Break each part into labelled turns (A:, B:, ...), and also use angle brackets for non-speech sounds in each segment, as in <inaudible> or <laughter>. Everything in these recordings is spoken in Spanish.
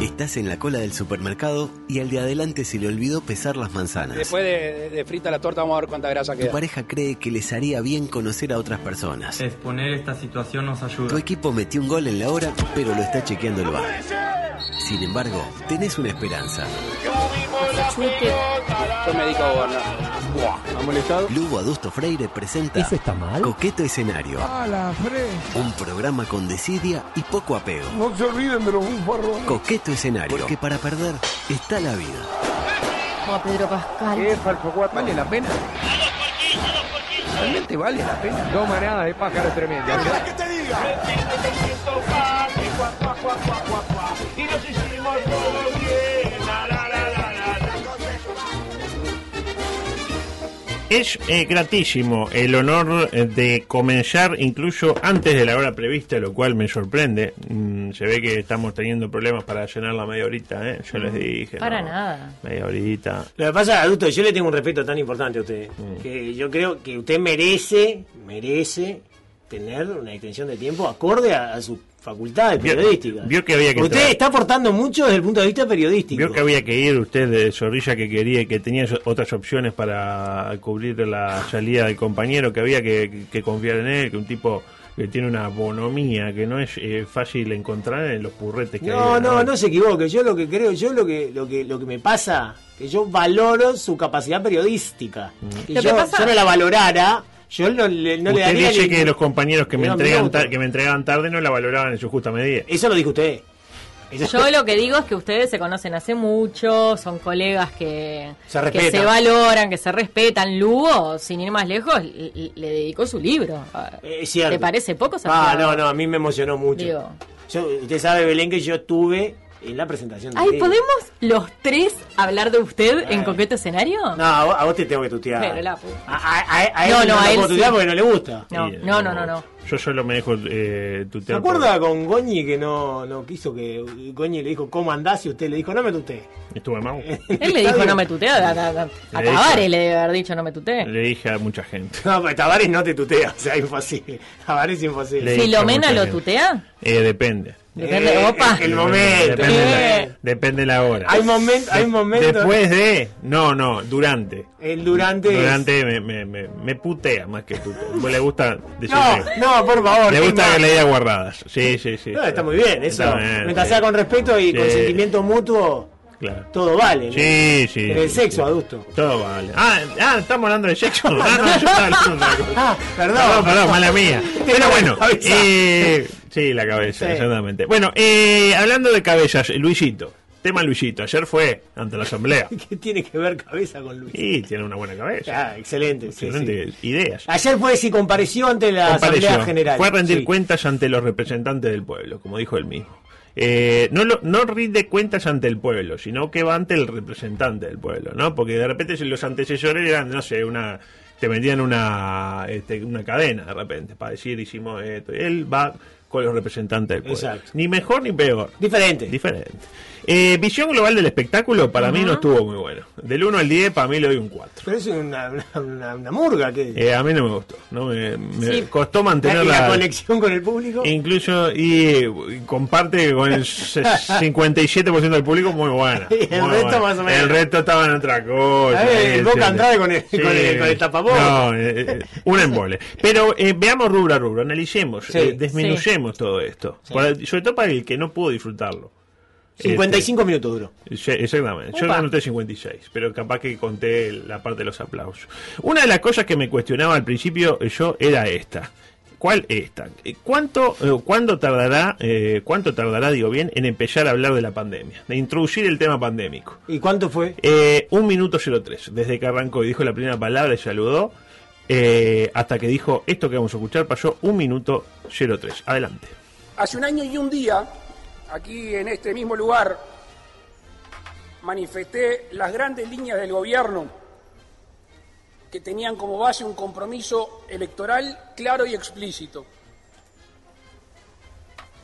A: Estás en la cola del supermercado y al de adelante se le olvidó pesar las manzanas.
B: Después de, de frita la torta vamos a ver cuánta grasa
A: Tu
B: queda.
A: pareja cree que les haría bien conocer a otras personas.
C: Exponer esta situación nos
A: Tu
C: ayuda.
A: equipo metió un gol en la hora, pero lo está chequeando el bar. Sin embargo, tenés una esperanza.
B: Yo me dedico a gobernar.
A: Lugo Adusto Freire presenta
D: ¿Eso está mal?
A: Coqueto Escenario,
E: A la fresca.
A: un programa con desidia y poco apego.
E: No se olviden de los bufarrones.
A: Coqueto Escenario, porque para perder está la vida.
F: Como Pedro Pascal.
G: ¿Vale la pena? ¿Realmente vale la pena? Dos manadas de pájaros tremendas.
H: Es eh, gratísimo el honor eh, de comenzar incluso antes de la hora prevista, lo cual me sorprende. Mm, se ve que estamos teniendo problemas para llenar la media horita, ¿eh? Yo les dije.
F: Mm, para
H: no,
F: nada.
H: Media horita.
I: Lo que pasa, adulto, yo le tengo un respeto tan importante a usted.
H: Mm.
I: Que yo creo que usted merece, merece tener una extensión de tiempo acorde a, a sus facultades
H: Vio-
I: periodísticas.
H: vio que había que
I: usted
H: entrar.
I: está aportando mucho desde el punto de vista periodístico.
H: Vio que había que ir usted de zorrilla que quería, que tenía so- otras opciones para cubrir la salida del compañero, que había que, que confiar en él, que un tipo que tiene una bonomía que no es eh, fácil encontrar en los purretes que
I: No,
H: hay.
I: no, no se equivoque. Yo lo que creo, yo lo que, lo que, lo que me pasa, que yo valoro su capacidad periodística. Que
F: Lo
I: yo,
F: que pasa-
I: yo no la valorara, yo no, le- no le
H: Mm. usted
I: daría.
H: dice que
I: ningún-
H: los compañeros que me,
I: Era un
H: entregan
I: auto.
H: tar- que me entregaban tarde no la valoraban en su justa medida.
I: Eso lo dijo usted. Eso-
F: Yo lo que digo es que ustedes se conocen hace mucho, son colegas que
I: Se
F: que
I: respetan.
F: se valoran, que se respetan. Lugo, sin ir más lejos, l- l- le dedicó su libro. A-
I: Eh, <laughs> Es cierto.
F: ¿Te parece poco,
I: Ah,
F: Santiago?
I: no, no, a mí me emocionó mucho.
F: Digo.
I: Yo- usted sabe, Belén, que yo estuve en la presentación. de
F: Ay,
I: usted.
F: ¿podemos los tres hablar de usted en
I: Ay.
F: coqueto escenario?
I: No, a vos, a vos te tengo que tutear.
F: Pero la puta.
I: A, a- a- a él
F: No,
I: no,
F: no, a
I: lo
F: él
I: puedo tutear
F: sí.
I: porque no le gusta.
F: No,
H: Y, eh,
F: no, no, no, no.
H: Yo solo me dejo eh,
I: ¿Se
H: tutear.
I: acuerda con Goñi que no, no quiso que Goñi le dijo, ¿cómo andás? Y usted le dijo, no me tuteé.
H: por- Estuve mal.
F: Él le dijo no me tutea, a, a, a- a
H: Le dijo-
F: Tavares le debe haber dicho no me tutee.
H: Le dije a mucha gente.
I: <laughs> No, pero Tavares no te tutea, o sea, imposible. Tavares es imposible.
H: Le- dije
F: ¿Filomena
H: muchas
F: lo
H: veces.
F: tutea?
H: Eh, depende.
F: Depende,
I: Eh,
F: opa.
I: El momento.
H: Depende,
F: Eh.
H: la, depende la hora.
I: Hay, momen- hay momentos.
H: Después de. No, no, durante.
I: El durante. es-
H: Durante me, me, me, me putea más que tutea. Le gusta decir.
I: No, no, por favor.
H: Le
I: es
H: gusta
I: más.
H: que le diga guardadas. Sí, sí, sí.
I: No, está muy bien, eso.
H: Está bien,
I: Mientras
H: sí.
I: sea con respeto y
H: Sí.
I: consentimiento mutuo,
H: Claro.
I: todo vale. ¿no?
H: Sí, sí.
I: En el
H: sí,
I: sexo,
H: sí.
I: adusto.
H: Todo vale. Ah, ah, estamos hablando de sexo. Ah, <laughs> no, yo estaba hablando de otra cosa. <laughs>
I: Ah, perdón.
H: Perdón, perdón, mala <laughs> mía. Pero bueno,
I: Cabeza.
H: eh, sí, la cabeza,
I: Sí.
H: exactamente. Bueno, eh, hablando de cabezas, Luisito. Tema Luisito. Ayer fue ante la <laughs> asamblea.
I: <laughs> ¿Qué tiene que ver cabeza con Luis?
H: Y tiene una buena cabeza.
I: Ah, excelente. sí,
H: Excelente
I: sí.
H: ideas.
I: Ayer fue si compareció ante la
H: Compareció.
I: Asamblea General.
H: Fue a rendir
I: Sí.
H: cuentas ante los representantes del pueblo, como dijo él mismo. Eh, no, lo- no rinde cuentas ante el pueblo, sino que va ante el representante del pueblo, ¿no? Porque de repente si los antecesores eran, no sé, una te metían una este, una cadena de repente para decir hicimos esto. Él va con los representantes del pueblo.
I: Exacto.
H: Ni mejor ni peor.
I: Diferente.
H: Diferente. Eh, visión global del espectáculo para mí no estuvo muy bueno. Del 1 al 10 para mí le doy un 4.
I: Pero es una, una, una- una murga que.
H: Eh, a mí no me gustó. No me, me
F: Sí.
H: costó mantener
I: y
H: la,
I: la conexión con el público.
H: Incluso y eh, comparte con
I: <laughs>
H: el se- 57% del público muy buena.
I: Y el
H: muy
I: resto
H: buena.
I: más o menos.
H: El resto estaba en otra cosa.
I: A ver, el
H: etcétera.
I: Boca Andrade con el- con el- con el tapabocas.
H: No, eh, eh, un embole. Pero eh, veamos rubro a rubro, analicemos,
I: Sí.
H: eh, desmenucemos todo esto. Para- sobre todo para el que no pudo disfrutarlo.
I: 55 minutos duró.
H: Sí, exactamente. Yo
F: Upa.
H: anoté 56, pero capaz que conté la parte de los aplausos. Una de las cosas que me cuestionaba al principio eh, yo era esta. ¿Cuál esta? Eh, ¿Cuánto, eh, cuándo tardará, eh, cuánto tardará, digo bien, en empezar a hablar de la pandemia? De introducir el tema pandémico.
I: ¿Y cuánto
H: <laughs>
I: fue?
H: Eh, un minuto 03, desde que arrancó y dijo la primera palabra y saludó, eh, hasta que dijo esto que vamos a escuchar pasó un minuto 03. Adelante.
B: Hace un año y un día, aquí en este mismo lugar, manifesté las grandes líneas del gobierno que tenían como base un compromiso electoral claro y explícito.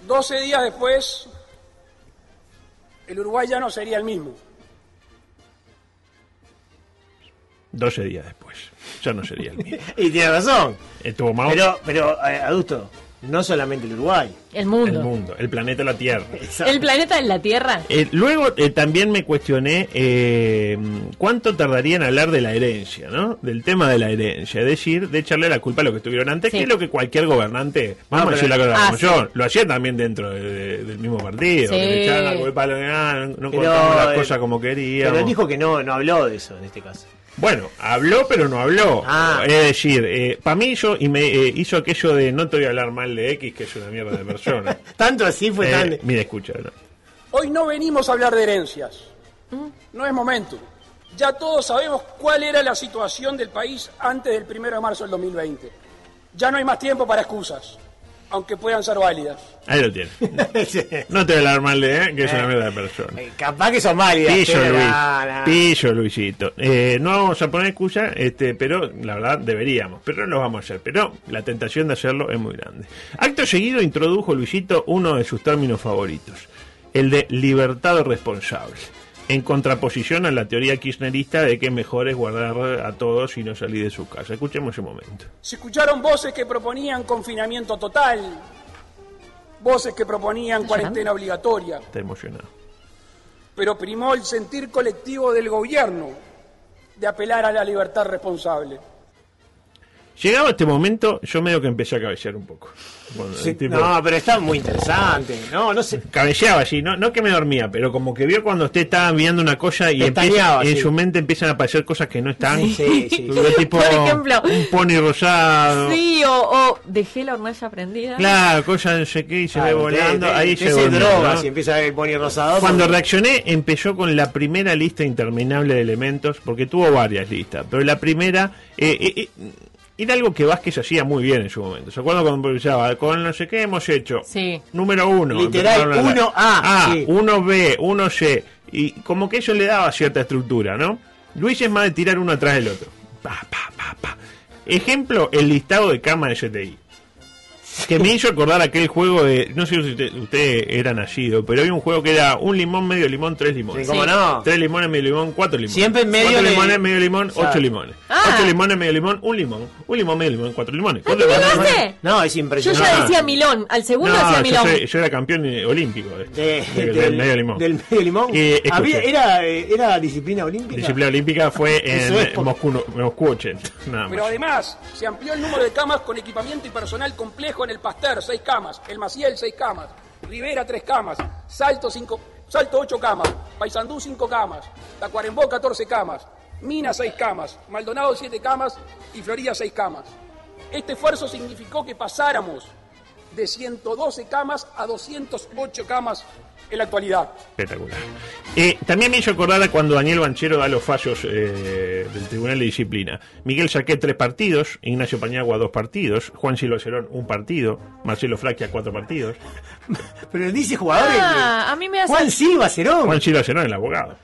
B: 12 días después, el Uruguay ya no sería el mismo.
H: 12 días después. Ya no sería el mismo.
I: Y tiene razón.
H: Estuvo más
I: Pero, pero eh, adusto, no solamente el Uruguay.
F: El
H: el
F: mundo.
H: mundo, el planeta la Tierra.
F: El planeta en la Tierra.
H: Eh, luego eh, también me cuestioné eh, cuánto tardaría en hablar de la herencia, ¿no? Del tema de la herencia. Es decir, de echarle la culpa a los que estuvieron antes,
F: Sí.
H: que es lo que cualquier gobernante, vamos a
I: pero-
H: decir la cosa
F: Ah,
H: como
F: sí.
H: yo, lo hacía también dentro de- de- del mismo partido.
F: Sí.
H: que le echaban la culpa a los ah,
I: Pero,
H: no contamos las
I: eh,
H: cosas como queríamos.
I: Pero él dijo que no, no habló de eso en este caso.
H: Bueno, habló pero no habló.
I: Ah.
H: Es decir, para mí yo, y me eh, hizo aquello de no te voy a hablar mal de X, que es una mierda de persona.
I: Tanto así <laughs> fue
H: Eh, <laughs>
I: tan. <laughs>
H: mira, escucha, ¿no?
B: Hoy no venimos a hablar de herencias. No es momento. Ya todos sabemos cuál era la situación del país antes del 1 de marzo del 2020. Ya no hay más tiempo para excusas, aunque puedan ser válidas.
H: Ahí lo tienes. No te voy a hablar mal de ¿eh? que es una mierda de persona.
I: Eh, Capaz que son válidas.
H: Pillo,
I: pero
H: Luis.
I: na, na.
H: Pillo, Luisito. Eh, no vamos a poner excusa, este, pero la verdad deberíamos. Pero no lo vamos a hacer. Pero la tentación de hacerlo es muy grande. Acto seguido introdujo Luisito uno de sus términos favoritos: el de libertad responsable. En contraposición a la teoría kirchnerista de que mejor es guardar a todos y no salir de su casa. Escuchemos ese momento.
B: Se escucharon voces que proponían confinamiento total, voces que proponían cuarentena obligatoria,
H: Está emocionado.
B: pero primó el sentir colectivo del gobierno de apelar a la libertad responsable.
H: Llegado a este momento, yo medio que empecé a cabecear un poco. Bueno,
I: Sí,
H: tipo-
I: No, pero está muy interesante. No, no sé.
H: cabeceaba allí, no, no que me dormía, pero como que vio cuando usted estaba mirando una cosa y
I: Pestañeaba,
H: empieza- en
I: sí.
H: su mente empiezan a aparecer cosas que no están.
I: Sí,
H: <laughs>
I: sí.
H: Lo veo tipo
F: Por ejemplo.
H: un pony rosado.
F: Sí, o, o dejé la hornalla prendida.
H: Claro, cosas no sé qué y se ve
I: Claro,
H: volando.
I: te- te-
H: ahí
I: te
H: se
I: se
H: durmió,
I: droga
H: ¿no?
I: si empieza a ver el pony rosado.
H: Cuando
I: porque-
H: reaccioné empezó con la primera lista interminable de elementos, porque tuvo varias listas, pero la primera eh, eh, eh, era algo que Vázquez hacía muy bien en su momento. ¿Se acuerdan cuando empezaba? Con no sé qué hemos hecho.
F: Sí.
H: Número uno.
I: Literal,
H: Empezaron
I: uno
H: A, Ah,
I: A, sí.
H: 1B, 1C. Y como que eso le daba cierta estructura, ¿no? Luis es más de tirar uno atrás del otro. Pa, pa, pa, pa. Ejemplo, el listado de cama de GTI. Que me hizo acordar aquel juego de. No sé si usted, usted era nacido, pero había un juego que era un limón, medio limón, tres limones.
I: Sí, ¿Cómo
F: Sí.
I: no?
H: Tres limones, medio limón, cuatro limones.
I: Siempre en medio
H: Cuatro
I: de-
H: limones, medio limón,
I: Claro.
H: ocho limones.
F: Ah.
H: Ocho limones, medio limón, un limón. Un limón, medio limón, cuatro limones.
F: ¿No
H: Cuatro limones,
F: terminaste?
H: medio limón.
I: No, es
F: Yo
I: impresionante.
F: ya decía Milón, al segundo decía
H: No, yo,
F: Milón.
H: soy- yo era campeón eh, olímpico de-
I: De-
H: de-
I: del,
H: del medio limón.
I: del medio limón.
H: Y, escuche,
I: Había- era, eh, era disciplina olímpica.
H: disciplina olímpica fue
I: <laughs>
H: en
I: Eso es por-
H: Moscú, no- Moscú 80. Nada
B: Pero
H: más.
B: además, se amplió el número de camas con equipamiento y personal complejo en el Pasteur, seis camas, el Maciel, seis camas, Rivera, tres camas, Salto, cinco, Salto, ocho camas, Paysandú, cinco camas, Tacuarembó, 14 camas, Minas, seis camas, Maldonado, siete camas y Florida, seis camas. Este esfuerzo significó que pasáramos de 112 camas a 208 camas en la actualidad.
H: Espectacular. Eh, también me hizo acordar a cuando Daniel Banchero da los fallos eh, del Tribunal de Disciplina. Miguel Saqué, tres partidos. Ignacio Pañagua, dos partidos. Juan Silo Cerón, un partido. Marcelo Fraquia, cuatro partidos.
I: Pero dice jugadores.
F: Ah,
I: eh,
F: a mí me hace-
I: Juan Silva Cerón.
H: Juan Silo Cerón, el abogado.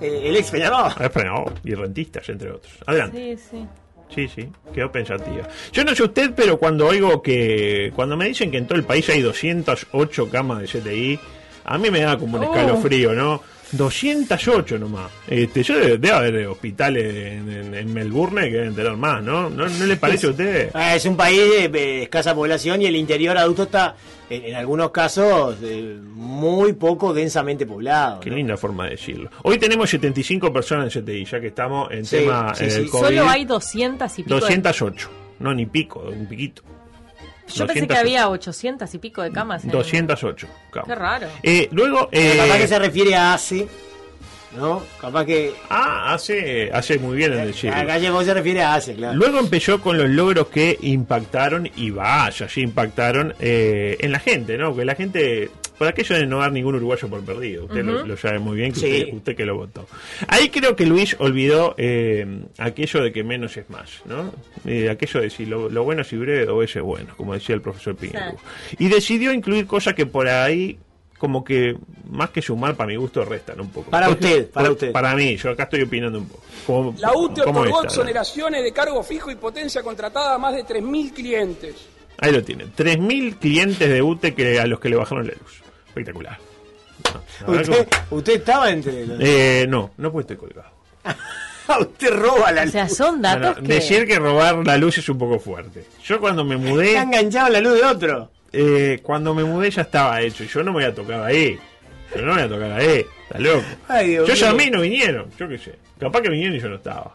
I: eh, el ex Peñarol.
H: Ah, espera, oh, Y rentistas, entre otros. Adelante.
F: Sí, sí.
H: Sí, sí, quedó pensativa. Yo no sé usted, pero cuando oigo que. Cuando me dicen que en todo el país hay 208 camas de CTI, a mí me da como un
F: Oh.
H: escalofrío, ¿no? 208 nomás. Este, yo de- debe haber hospitales en, en- en Melbourne que deben tener más, ¿no? ¿No, no le parece a
F: <laughs>
H: usted?
I: Ah, es un país de, de escasa población y el interior adulto está, eh, en, en algunos casos, eh, muy poco densamente poblado.
H: Qué
I: ¿no?
H: linda forma de decirlo. Hoy tenemos 75 personas en CTI, ya que estamos en
I: Sí,
H: tema
I: sí,
H: eh,
I: sí.
H: COVID.
F: Solo hay 200 y pico. de-
H: 208. No, ni pico, un piquito.
F: Yo pensé
H: 200.
F: que había 800 y pico de camas. en-
H: 208 camas.
F: Qué raro.
H: Eh, luego.
I: Pero capaz
H: eh,
I: que se refiere a ACE, ¿no? Capaz que.
H: Ah, hace, hace muy bien en decirlo.
I: Acá llegó, se refiere a ACE, claro.
H: Luego empezó con los logros que impactaron y vaya, sí impactaron eh, en la gente, ¿no? Que la gente, por aquello de no dar ningún uruguayo por perdido, usted lo, lo sabe muy bien, que
I: Sí.
H: usted, usted que lo votó. Ahí creo que Luis olvidó eh, aquello de que menos es más, ¿no? Eh, aquello de si lo, lo bueno es breve o ese es bueno, como decía el profesor Piñero. Y decidió incluir cosas que por ahí... Como que más que sumar, para mi gusto, restan un poco.
I: Para usted, para
H: Por-
I: usted.
H: Para mí, yo acá estoy opinando un poco. Como-
B: La UTE
H: como
B: otorgó
H: esta, ¿no?
B: exoneraciones de cargo fijo y potencia contratada a más de 3.000 clientes.
H: Ahí lo tienen. 3.000 clientes de UTE que, a los que le bajaron la luz. Espectacular. No, la verdad
I: Usted,
H: que-
I: usted estaba entre <laughs> los.
H: Eh, no, no porque estoy colgado.
I: usted roba la
F: O
I: luz.
F: sea, son datos
H: Bueno,
F: que...
H: Decir que robar la luz es un poco fuerte. Yo cuando me
I: Está
H: mudé,
I: enganchado a la luz de otro.
H: eh, cuando me mudé ya estaba hecho. Y yo no me voy a tocar ahí. Yo no me voy a tocar ahí. Está loco.
I: Ay, Dios
H: yo
I: mío.
H: llamé y no vinieron. Yo qué sé. Capaz que vinieron y yo no estaba.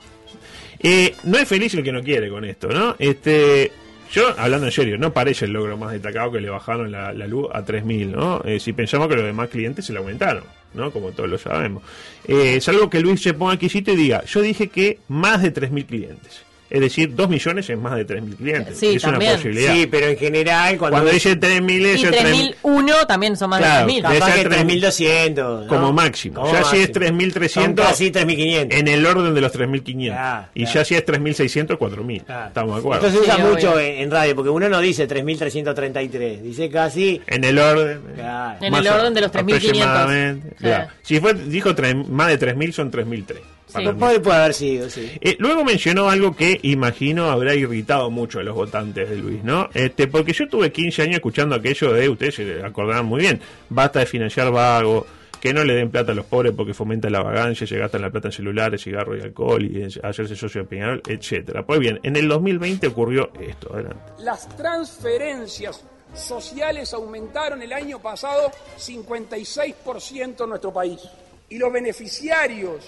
H: Eh, no es feliz el que no quiere con esto, ¿no? Este, yo, hablando en serio, no parece el logro más destacado que le bajaron la, la luz a 3.000, ¿no? Eh, si pensamos que los demás clientes se la aumentaron, ¿no? Como todos lo sabemos. Eh, salvo que Luis se ponga exquisito y diga, yo dije que más de 3.000 clientes. Es decir, 2 millones es más de 3.000 clientes.
F: Sí,
H: es
F: también.
H: una posibilidad.
I: Sí, pero en general, cuando.
H: Cuando dice 3.000
F: Y
H: es 3.000
F: 3001 también son más
H: Claro,
F: de 3000.
H: de-
I: capaz que
H: ser
I: 3200. ¿no?
H: como máximo.
I: Como
H: ya si es
I: máximo.
H: 3.300...
I: Son Casi 3500.
H: En el orden de los 3.500.
I: Claro,
H: y
I: claro.
H: ya si es 3.600, 4.000.
I: Claro.
H: Estamos de acuerdo.
I: Entonces
F: Sí,
I: usa
F: obvio.
I: mucho en, en radio, porque uno no dice 3333, dice casi.
H: en el orden. eh,
I: Claro.
F: En
H: más
F: el
H: o-
F: orden de los 3.500.
H: aproximadamente,
F: Sí.
H: claro. Si fue, dijo tres- más de 3.000, son 3.003. para mí.
I: Puede, puede haber sido, sí.
H: Eh, luego mencionó algo que imagino habrá irritado mucho a los votantes de Luis, ¿no? Este, porque yo tuve 15 años escuchando aquello de, ustedes se acordarán muy bien, basta de financiar vago, que no le den plata a los pobres porque fomenta la vagancia, se gastan la plata en celulares, cigarro y alcohol, y en hacerse socio de Peñarol, etcétera. Pues bien, en el 2020 ocurrió esto, adelante.
B: Las transferencias sociales aumentaron el año pasado 56% en nuestro país. Y los beneficiarios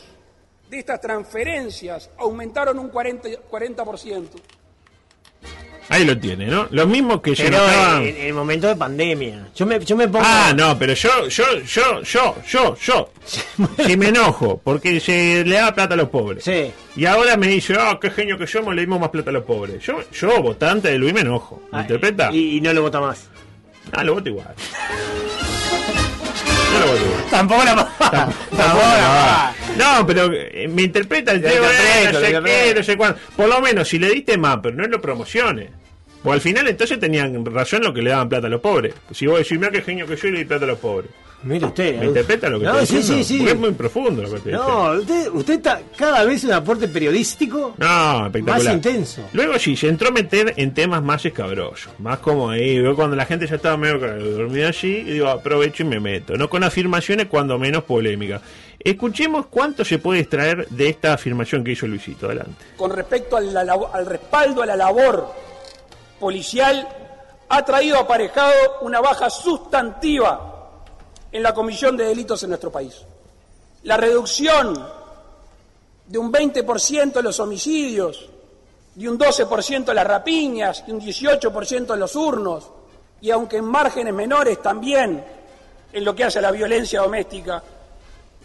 B: de estas transferencias aumentaron un 40, 40%.
H: Ahí lo tiene, ¿no? Lo mismo que
I: Pero eh,
H: llenaban-
I: en, en el momento de pandemia. Yo me, yo me pongo.
H: Ah, no, pero yo, yo, yo, yo, yo,
I: <laughs>
H: yo. Si me enojo, porque se le da plata a los pobres.
I: Sí.
H: Y ahora me dice, ah, qué genio que somos, le dimos más plata a los pobres. Yo, yo votante de Luis, me enojo. ¿Me
I: Ah,
H: interpreta?
I: Y, y no lo vota más.
H: Ah, lo voto igual. Yo lo voto igual.
I: Tampoco la papá. Tampoco la
H: No, pero eh, me interpreta el
I: Lo
H: tema, eh,
I: interpreto,
H: no
I: lo
H: sé qué,
I: interpreto.
H: no sé cuándo. Por lo menos, si le diste más, pero no lo promociones. O al final entonces tenían razón lo que le daban plata a los pobres. Si vos decís, mira qué genio que yo y le di plata a los pobres.
I: Mire usted.
H: ¿Me interpreta lo que
I: no,
H: estoy
I: sí,
H: diciendo?
I: sí, sí.
H: Porque es muy profundo lo que estoy
I: No,
H: diciendo.
I: usted, usted está cada vez un aporte periodístico.
H: No, espectacular.
I: Más intenso.
H: Luego sí, se entró a meter en temas más escabrosos. Más como ahí, veo cuando la gente ya estaba medio que dormida allí, y digo, aprovecho y me meto. No con afirmaciones, cuando menos polémicas. Escuchemos cuánto se puede extraer de esta afirmación que hizo Luisito. Adelante.
B: con respecto a la labo- al respaldo a la labor policial ha traído aparejado una baja sustantiva en la comisión de delitos en nuestro país. La reducción de un 20% de los homicidios, de un 12% de las rapiñas, de un 18% de los urnos, y aunque en márgenes menores también en lo que hace a la violencia doméstica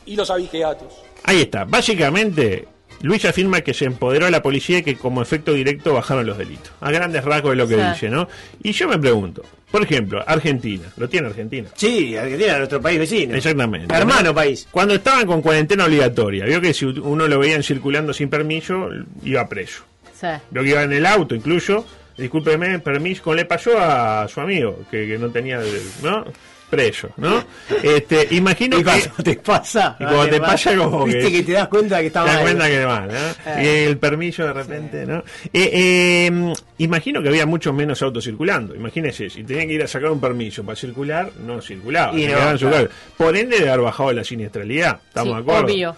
B: y los abigeatos.
H: Ahí está. Básicamente, Luis afirma que se empoderó a la policía y que como efecto directo bajaron los delitos. A grandes rasgos de lo que
F: Sí.
H: dice, ¿no? Y yo me pregunto, por ejemplo, Argentina. Lo tiene Argentina.
I: Sí, Argentina, nuestro país vecino.
H: Exactamente.
I: Hermano país.
H: Cuando estaban con cuarentena obligatoria, vio que si uno lo veían circulando sin permiso, iba preso.
F: Sí.
H: Vio que iba en el auto incluso. Discúlpeme, permiso, como le pasó a su amigo, que, que no tenía, ¿no? Preso, ¿no? Este, imagino
I: Y
H: que...
I: cuando te pasa.
H: Y cuando te pasa, como
I: Viste
H: que-
I: que te das cuenta que está
H: Te das
I: mal.
H: cuenta que mal, ¿no?
I: Eh.
H: Y el permiso de repente, ¿no? Eh, eh, imagino que había muchos menos autos circulando. Imagínese, si tenían que ir a sacar un permiso para circular, no circulaba.
I: Y
H: se
I: no,
H: quedaban en su
I: claro.
H: lugar. Por ende, de haber bajado la siniestralidad. ¿Estamos
F: Sí,
H: de acuerdo?
F: obvio.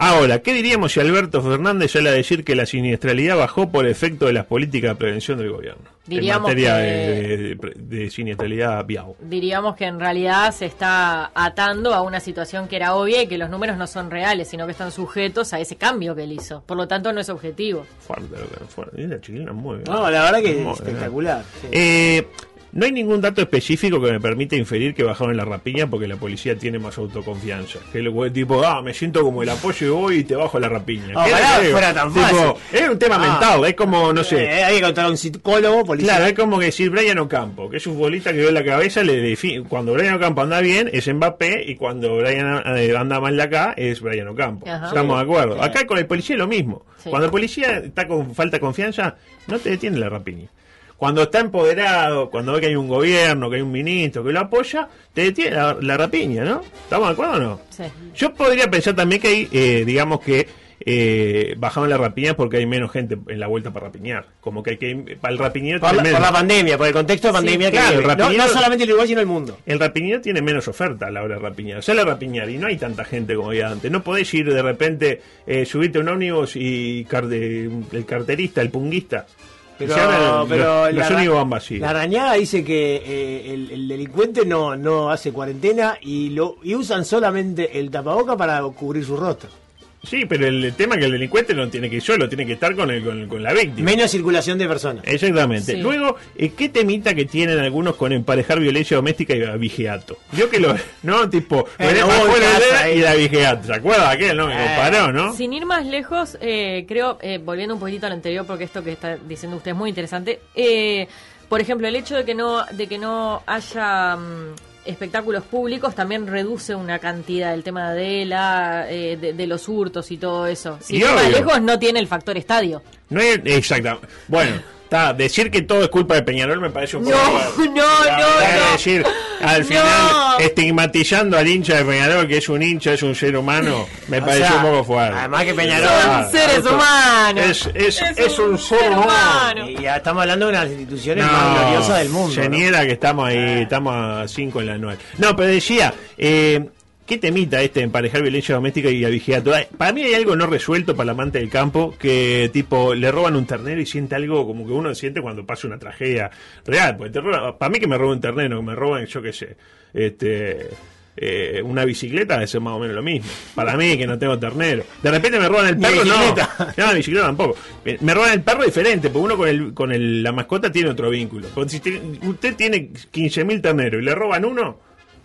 H: Ahora, ¿qué diríamos si Alberto Fernández sale a decir que la siniestralidad bajó por efecto de las políticas de prevención del gobierno?
F: Diríamos
H: en materia
F: que-
H: de, de- de- de siniestralidad vial.
F: diríamos que en realidad se está atando a una situación que era obvia y que los números no son reales, sino que están sujetos a ese cambio que él hizo. Por lo tanto, no es objetivo.
H: Fuerte, lo que- fuerte. La chilena muy bien.
I: No, la verdad que
H: Muy
I: es
H: bien.
I: espectacular. sí.
H: Eh, no hay ningún dato específico que me permita inferir que bajaron la rapiña porque la policía tiene más autoconfianza. Que el güey tipo, ah, me siento como el apoyo y voy y te bajo la rapiña.
I: Ah,
H: ¿Qué
I: ojalá
H: le creo?
I: fuera tan
H: Tipo,
I: fácil.
H: Es un tema
I: Ah.
H: mental, es como, no
I: Eh,
H: sé.
I: hay que encontrar un psicólogo policial.
H: Claro, es como que decir Brian Ocampo, que es un bolita que ve la cabeza, le defi- cuando Brian Ocampo anda bien es Mbappé y cuando Brian eh, anda mal de acá es Brian Ocampo.
F: Ajá.
H: Estamos de acuerdo. Acá con el policía es lo mismo.
F: Sí.
H: Cuando el policía está con falta de confianza, no te detiene la rapiña. Cuando está empoderado, cuando ve que hay un gobierno, que hay un ministro que lo apoya, te detiene la, la rapiña, ¿no? ¿Estamos de acuerdo o no?
F: Sí.
H: Yo podría pensar también que hay, eh, digamos que eh, bajaron la rapiña porque hay menos gente en la vuelta para rapiñar. Como que hay que. Para el rapiñero
I: Por la,
H: tiene menos-
I: por la pandemia, por el contexto de pandemia que
H: claro,
I: vive. no,
H: rapidito-
I: no solamente el Uruguay, sino el mundo.
H: El rapiñero tiene menos oferta a la hora de rapiñar. Sale a rapiñar y no hay tanta gente como había antes. No podés ir de repente, eh, subirte a un ómnibus y car- de- el carterista, el punguista.
I: Pero,
H: Se abren los-
I: pero
H: los,
I: la,
H: ómnibus van vacíos.
I: la arañada dice que eh, el, el delincuente no, no hace cuarentena y lo y usan solamente el tapaboca para cubrir su rostro.
H: Sí, pero el tema es que el delincuente no tiene que ir solo, tiene que estar con, el, con, con la víctima.
I: Menos circulación de personas.
H: Eh, Exactamente.
F: Sí.
H: Luego, eh, ¿qué temita que tienen algunos con emparejar violencia doméstica y vigiato? Yo que lo. <laughs> ¿No? Tipo,
I: Eh,
H: lo
I: la
H: dejás
I: voy
H: fuera
I: casa,
H: de la- y
I: eh.
H: la vigiato. ¿Se acuerda aquel? No, me comparó, ¿no?
F: Sin ir más lejos, eh, creo, eh, volviendo un poquitito al anterior, porque esto que está diciendo usted es muy interesante. eh, por ejemplo, el hecho de que no, de que no haya mm, espectáculos públicos también reduce una cantidad el tema de la eh, de, de los hurtos y todo eso.
H: Y
F: Sin ir más
H: obvio.
F: lejos, no tiene el factor estadio.
H: No hay, exactamente. Bueno, está, decir que todo es culpa de Peñarol me parece un
F: No,
H: poco.
F: no,
H: La
F: no,
H: verdad es
F: no.
H: decir, al
F: No.
H: final, estigmatizando al hincha de Peñarol, que es un hincha, es un ser humano, me
I: O
H: parece
I: sea,
H: un poco fuerte.
I: Además que Peñarol.
H: Ah,
F: Son seres
H: otro-
F: humanos.
H: Es, es, es un, ser humano.
I: Y ya estamos hablando de una de las instituciones
H: No,
I: más gloriosas del mundo.
H: Se
I: ¿no? Ah.
H: niega que estamos ahí, estamos a 5 en la 9. No, pero decía, eh, ¿qué temita este de emparejar violencia doméstica y avigiato? Ay, Para mí hay algo no resuelto para el amante del campo, que tipo, le roban un ternero y siente algo como que uno siente cuando pasa una tragedia real. Porque te roban- para mí que me roban un ternero, que me roban, yo qué sé, este... eh, una bicicleta debe ser más o menos lo mismo. Para mí, que no tengo ternero. De repente me roban el
I: Ni
H: perro,
I: bicicleta.
H: no. <laughs> No, la bicicleta tampoco. Me- Me roban el perro diferente, porque uno con, el, con el- la mascota tiene otro vínculo. Porque si tiene- usted tiene 15.000 terneros y le roban uno,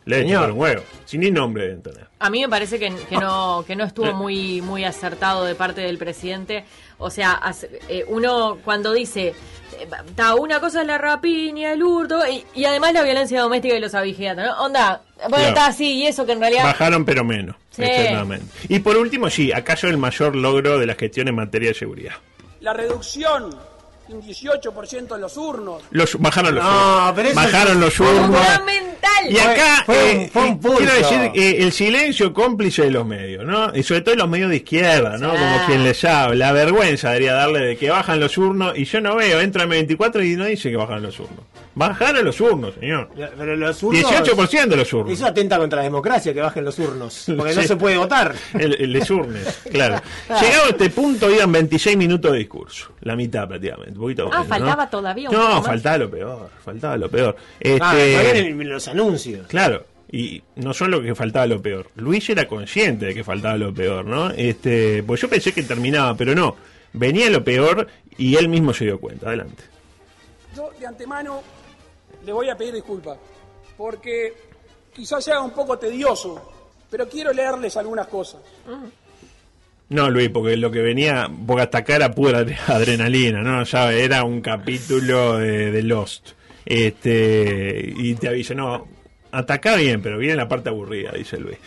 H: le
I: Señor.
H: echan un huevo. Sin ni nombre deben tener.
F: A mí me parece que, que no, que no estuvo muy, muy acertado de parte del presidente. O sea, hace- eh, uno cuando dice, eh, ta, una cosa es la rapiña, el hurto, y, y además la violencia doméstica y los abigeatos, ¿no? Onda, bueno,
H: Claro.
F: está así y eso que en realidad...
H: Bajaron, pero menos.
F: Sí.
H: Exactamente. Y por último, sí, acaso el mayor logro de la gestión en materia de seguridad.
B: La reducción, un 18% en los urnos.
H: Los, bajaron los
I: No,
H: urnos.
I: pero eso
H: bajaron
I: es
H: los urnos.
F: ¡Fundamental!
H: Y acá
I: Fue- fue
H: eh,
I: un- fue un pulso.
H: quiero decir eh, el silencio cómplice de los medios, ¿no? Y sobre todo los medios de izquierda, ¿no?
F: Sí.
H: Como quien les habla. La vergüenza debería darle de que bajan los urnos y yo no veo, entra M24 y no dice que bajan los urnos. Bajaron los urnos, señor.
I: Pero los urnos.
H: 18% de los urnos.
I: Eso atenta contra la democracia, que bajen los urnos. Porque no
H: Sí.
I: se puede votar.
H: El, el
I: <laughs>
H: les urnes, claro. Llegado a este punto, iban 26 minutos de discurso. La mitad prácticamente. Un poquito
F: Ah,
H: menos,
F: faltaba
H: ¿no?
F: todavía un poco
H: No,
F: más.
H: faltaba lo peor. Faltaba lo peor. Este,
I: Ah, todavía en los anuncios.
H: Claro, y no solo que faltaba lo peor. Luis era consciente de que faltaba lo peor, ¿no? Este, pues yo pensé que terminaba, pero no. Venía lo peor y él mismo se dio cuenta. Adelante.
B: Yo de antemano le voy a pedir disculpas, porque quizás sea un poco tedioso, pero quiero leerles algunas cosas.
H: No, Luis, porque lo que venía, porque hasta acá era pura adre- adrenalina, ¿no? Ya era un capítulo de, de Lost. Este, y te avisa, no, hasta acá bien, pero viene la parte aburrida, dice Luis.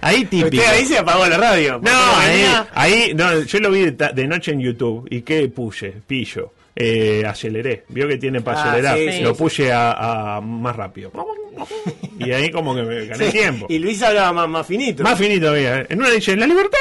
H: Ahí típico.
I: Usted ahí se apagó la radio.
H: No,
I: porque
H: ahí,
I: venía-
H: ahí- no, yo lo vi de, ta- de noche en YouTube y qué puse, pillo, eh, aceleré, vio que tiene para
I: Ah,
H: acelerar,
I: sí, sí,
H: lo
I: sí.
H: puse a, a más
I: <laughs>
H: rápido y ahí como que me gané
I: Sí,
H: tiempo.
I: Y Luis hablaba más, más finito.
H: Más finito, mira. En una dice, la libertad.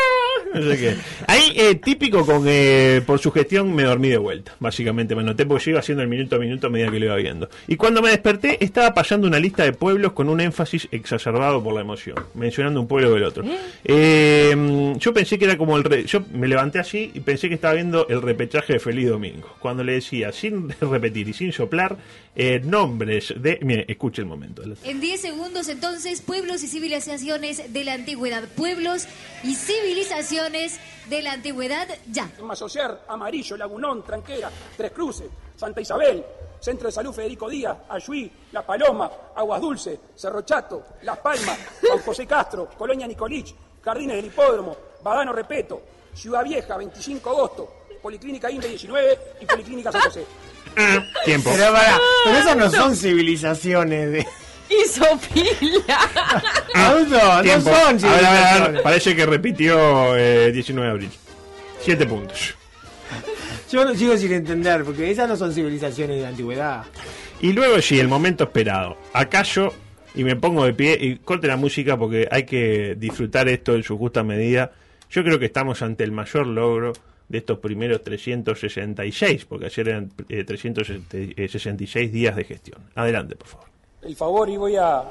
H: No sé qué. Ahí, eh, típico con, eh, por su gestión, me dormí de vuelta. Básicamente, me anoté porque yo iba haciendo el minuto a minuto a medida que lo iba viendo. Y cuando me desperté, estaba pasando una lista de pueblos con un énfasis exacerbado por la emoción, mencionando un pueblo del otro. Eh, mm, yo pensé que era como el. re- yo me levanté así y pensé que estaba viendo el repechaje de Feliz Domingo. Cuando le decía, sin <laughs> repetir y sin soplar, eh, nombres de. Mire, escuche el momento.
J: En 10 segundos, entonces, pueblos y civilizaciones de la antigüedad. Pueblos y civilizaciones de la antigüedad, ya.
B: Masocer, Amarillo, Lagunón, Tranquera, Tres Cruces, Santa Isabel, Centro de Salud Federico Díaz, Ayuí, La Paloma, Aguas Dulce, Cerro Chato, Las Palmas, Juan José Castro, Colonia Nicolich, Jardines del Hipódromo, Badano Repeto, Ciudad Vieja, 25 de agosto, Policlínica Inde 19 y Policlínica San José.
H: Tiempo.
I: Pero, pará, pero esas no son civilizaciones. De...
F: Hizo
H: <laughs>
F: pila.
I: Adulto, no
H: Ah, Tiempo.
I: son
H: A ver, a ver, a ver,
I: civilizaciones.
H: Parece que repitió eh, 19 de abril. 7 puntos.
I: Yo no sigo sin entender, porque esas no son civilizaciones de la antigüedad.
H: Y luego sí, el momento esperado. Acallo y me pongo de pie y corte la música porque hay que disfrutar esto en su justa medida. Yo creo que estamos ante el mayor logro de estos primeros 366, porque ayer eran eh, 366 días de gestión. Adelante, por favor.
B: el favor y voy a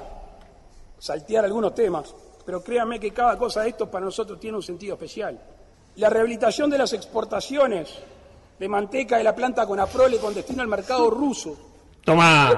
B: saltear algunos temas, pero créanme que cada cosa de esto para nosotros tiene un sentido especial. La rehabilitación de las exportaciones de manteca de la planta Conaprole con destino al mercado ruso.
H: Tomá,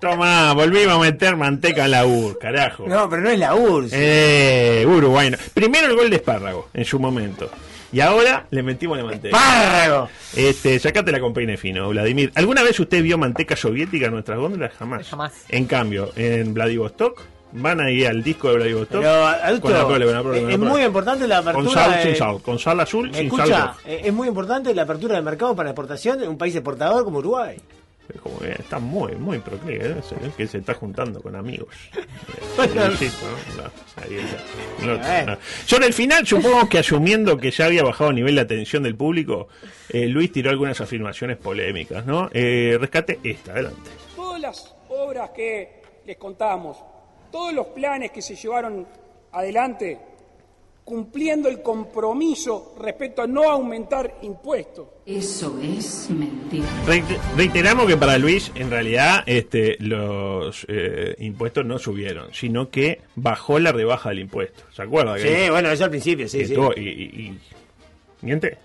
H: tomá, volvimos a meter manteca en la UR, carajo.
I: No, pero no es la URSS.
H: Eh, Uruguay. no. Primero el gol de espárrago en su momento. Y ahora le metimos la manteca.
I: ¡Párrago!
H: Este, sacate la con peine fino, Vladimir. ¿Alguna vez usted vio manteca soviética en nuestras góndolas? Jamás.
F: Jamás.
H: En cambio, en Vladivostok, van a ir al disco de Vladivostok.
I: Pero, adulto,
H: con la prole, con la prole,
I: es,
H: con la
I: es
H: prole.
I: muy importante la
H: Con
I: apertura.
H: sal,
I: de-
H: sin sal. Con sal azul,
I: ¿Me
H: sin sal.
I: escucha,
H: roja.
I: Eh, es muy importante la apertura de mercado para la exportación de un país exportador como Uruguay.
H: Es como que está muy, muy proclive, ¿eh? Se ve que se está juntando con
I: <laughs>
H: amigos.
I: Bueno.
H: Sí, ¿no? No, ahí está. No,
I: Bueno.
H: no. Yo en el final supongo que asumiendo que ya había bajado el nivel de atención del público, eh, Luis tiró algunas afirmaciones polémicas, ¿no? Eh, rescate esta, adelante.
B: Todas las obras que les contamos, todos los planes que se llevaron adelante, cumpliendo el compromiso respecto a no aumentar impuestos.
C: Eso es mentira.
H: Reiter- Reiteramos que para Luis, en realidad, este, los eh, impuestos no subieron, sino que bajó la rebaja del impuesto. ¿Se acuerda?
I: Sí,
H: que-
I: bueno, eso al principio,
H: que
I: sí, sí.
H: estuvo- y- y- y- ¿Miente?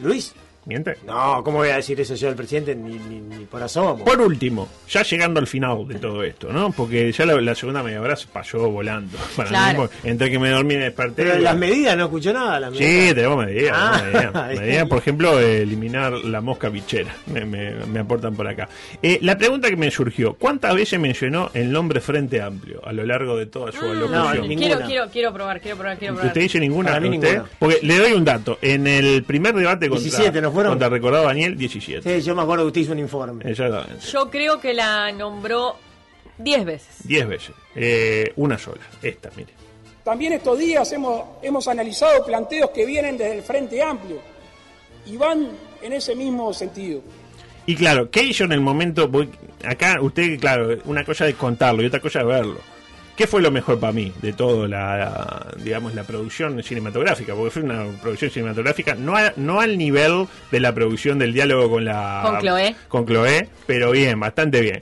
I: Luis,
H: ¿Miente?
I: no, ¿cómo voy a decir eso yo al presidente? Ni, ni, ni por asomo.
H: Por último, ya llegando al final de todo esto, ¿no? Porque ya la, la segunda media hora se pasó volando. <laughs> Para mí,
F: Claro.
H: porque entre que me dormí y me desperté.
I: Pero
H: y-
I: las medidas, no escuchó nada. Las
H: Sí,
I: medidas.
H: tenemos medidas.
I: Ah. <laughs>
H: tenemos medidas. Medidas, por ejemplo, eh, eliminar la mosca bichera. Me, me- me aportan por acá. Eh, la pregunta que me surgió: ¿cuántas veces mencionó el nombre Frente Amplio a lo largo de toda
F: Ah,
H: su alocución?
I: ninguna.
F: Quiero, quiero, quiero probar, quiero probar, quiero probar.
H: ¿Usted dice ninguna?
I: Para mí
H: ¿Usted?
I: ninguna.
H: Porque le doy un dato. En el primer debate contra,
I: 17 ¿no fueron?
H: contra recordado Daniel, 17.
I: Sí, yo me acuerdo que usted hizo un
H: Eh,
I: informe.
H: Exactamente.
F: Yo creo que la nombró 10 veces.
H: 10 veces. Eh, una sola. Esta, mire.
B: También estos días hemos, hemos analizado planteos que vienen desde el Frente Amplio y van en ese mismo sentido.
H: Y claro, ¿qué hizo en el momento? Voy- Acá usted, claro, una cosa es contarlo y otra cosa es verlo. ¿Qué fue lo mejor para mí de todo la, la- digamos, la producción cinematográfica? Porque fue una producción cinematográfica no, a- no al nivel de la producción del diálogo con la...
F: Con Chloé.
H: Con Chloé, pero bien, bastante bien.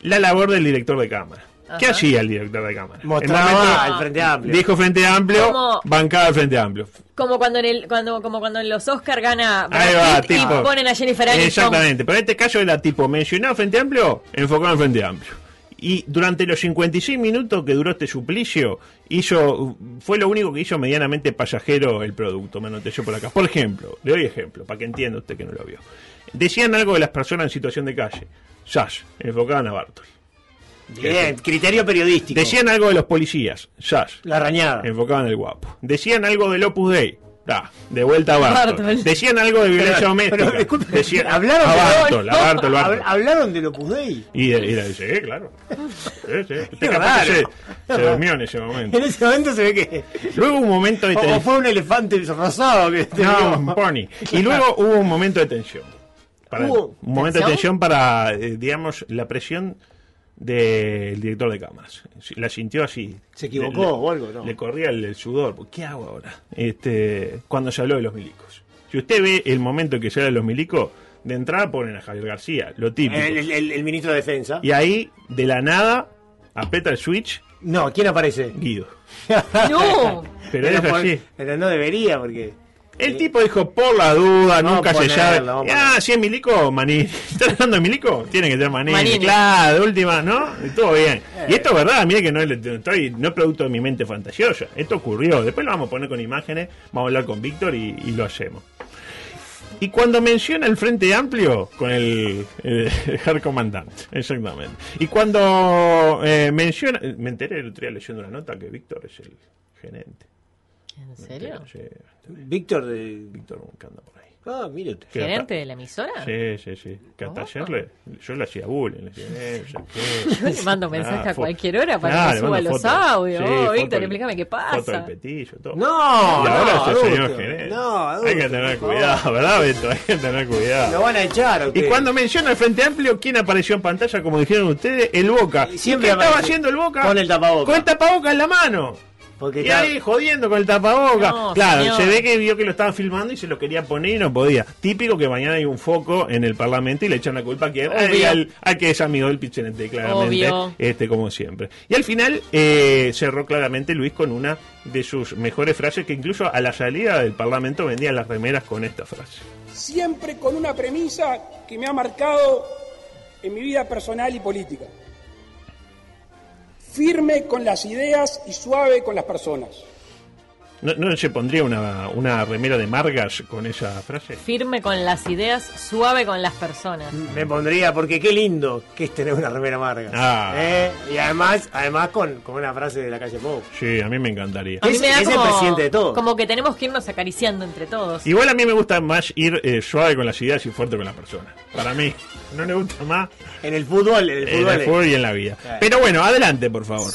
H: La labor del director de cámara. ¿Qué
F: Ajá.
H: hacía el director de cámara? En
I: Mostraba
H: momento-
I: al Frente Amplio.
H: Dijo Frente Amplio,
F: ¿Cómo?
H: bancada al Frente Amplio.
F: Como cuando en el cuando como cuando en los Oscar gana Brad
H: Ahí va,
F: Pitt y
H: tipo.
F: ponen a Jennifer Aniston.
H: Exactamente, pero en este caso era tipo mencionado Frente Amplio, enfocado en Frente Amplio. Y durante los 56 minutos que duró este suplicio, hizo fue lo único que hizo medianamente pasajero el producto, me anoté yo por acá. Por ejemplo, le doy ejemplo, para que entienda usted que no lo vio. Decían algo de las personas en situación de calle. Sash, enfocaban a Bartol.
I: Bien, criterio periodístico.
H: Decían algo eh, de los policías. Sash,
I: la rañada.
H: enfocaban al guapo. Decían algo del Opus Dei. Da, de vuelta a Bartol.
F: Bartol.
H: Decían algo de violencia doméstica.
I: Pero, disculpe,
H: Decían-
I: hablaron
H: a
I: de-
H: Bartol, a Bartol, Bartol.
I: Habl- Hablaron del Opus Dei.
H: Y él, y él dice, eh, claro. Sí, sí. Usted
I: Qué
H: capaz que
I: raro.
H: se, se durmió en ese momento.
I: En ese momento se ve que.
H: Luego hubo un momento de
I: O, o
H: tensión.
I: fue un elefante rosado que te
H: No,
I: digo.
H: un pony. Y luego hubo un momento de tensión. Para-
I: ¿Hubo
H: un momento de
F: tensión?
H: tensión para, eh, digamos, la presión del director de cámaras. La sintió así.
I: ¿Se equivocó
H: Le-
I: o algo, no?
H: Le corría el, el sudor. ¿Qué hago ahora? Este, cuando se habló de los milicos. Si usted ve el momento en que se habla de los milicos, de entrada ponen a Javier García, lo típico.
I: El, el- el- el ministro de Defensa.
H: Y ahí, de la nada, aprieta el switch
I: No, ¿quién aparece?
H: Guido.
F: No.
H: Pero es
I: por-
H: así.
I: pero no debería, porque.
H: El tipo dijo, por la duda,
I: Vamos
H: nunca
I: a
H: se
I: ponerlo,
H: sabe.
I: vamos a
H: Ah, si es Milico, Manini. <laughs> ¿Estás hablando de Milico? Tiene que ser Manini.
F: Manini.
H: Claro, de última, ¿no? Y todo bien. Y esto es verdad, mire que no, es- estoy, no es producto de mi mente fantasiosa. Esto ocurrió. Después lo vamos a poner con imágenes, vamos a hablar con Víctor y, y lo hacemos. Y cuando menciona el Frente Amplio, con el <laughs> Hard Comandante, exactamente. Y cuando eh, menciona, me enteré el otro día leyendo una nota que Víctor es el gerente.
F: ¿En serio?
H: Sí,
I: Víctor de.
H: Víctor nunca anda por ahí.
I: Ah, mire usted.
H: Que
F: ¿Gerente
H: hasta-
F: de la emisora?
H: Sí, sí, sí. Que hasta
F: Ah.
H: ayer le- yo le hacía bullying. Le decía, eh, ya
F: <laughs> Yo
H: qué.
F: le mando mensaje
H: Ah,
F: a
H: fo-
F: cualquier hora para
H: Claro, le
F: que me suba
H: mando
F: los
H: fotos.
F: audios.
H: Sí,
F: oh,
H: foto
F: Víctor,
H: del-
F: explícame qué
H: Foto del
F: pasa.
H: petillo, todo.
I: No,
H: Y
I: no,
H: ahora es el señor
I: adulto.
H: gerente.
I: No, adulto,
H: Hay que
I: por
H: tener
I: favor.
H: cuidado, ¿verdad, Beto? Hay que tener
I: Lo
H: cuidado.
I: van a echar. a
H: Y
I: usted.
H: cuando menciona el Frente Amplio, ¿quién apareció en pantalla? Como dijeron ustedes, el Boca.
I: Y siempre
H: ¿Y ¿Qué estaba
I: aparece.
H: haciendo el Boca?
I: Con el tapabocas.
H: Con el tapabocas en la mano.
I: Porque
H: Y
I: está-
H: ahí jodiendo con el tapaboca.
F: No,
H: claro,
F: señor.
H: se ve que vio que lo estaban filmando y se lo quería poner y no podía. Típico que mañana hay un foco en el Parlamento y le echan la culpa a quien,
F: Obvio.
H: al, al que es amigo del Pichinete, claramente.
F: Obvio.
H: Este, como siempre. Y al final eh, cerró claramente Luis con una de sus mejores frases que incluso a la salida del Parlamento vendían las remeras con esta frase.
B: siempre con una premisa que me ha marcado en mi vida personal y política. Firme con las ideas y suave con las personas.
H: ¿No, no se pondría una, una remera de Margas con esa frase?
F: Firme con las ideas, suave con las personas.
I: Me pondría, porque qué lindo que es tener una remera amarga.
H: Ah.
I: ¿Eh? Y además, además con, con una frase de la calle Pou.
H: Sí, a mí me encantaría.
F: A mí
I: Es-
F: me da
I: es el
F: como,
I: presidente de todos.
F: como que tenemos que irnos acariciando entre todos.
H: Igual a mí me gusta más ir eh, suave con las ideas y fuerte con las personas. Para mí, no me gusta más
I: En el fútbol, en el
H: en
I: fútbol.
H: el fútbol y en la vida.
I: Claro.
H: Pero bueno, adelante, por favor.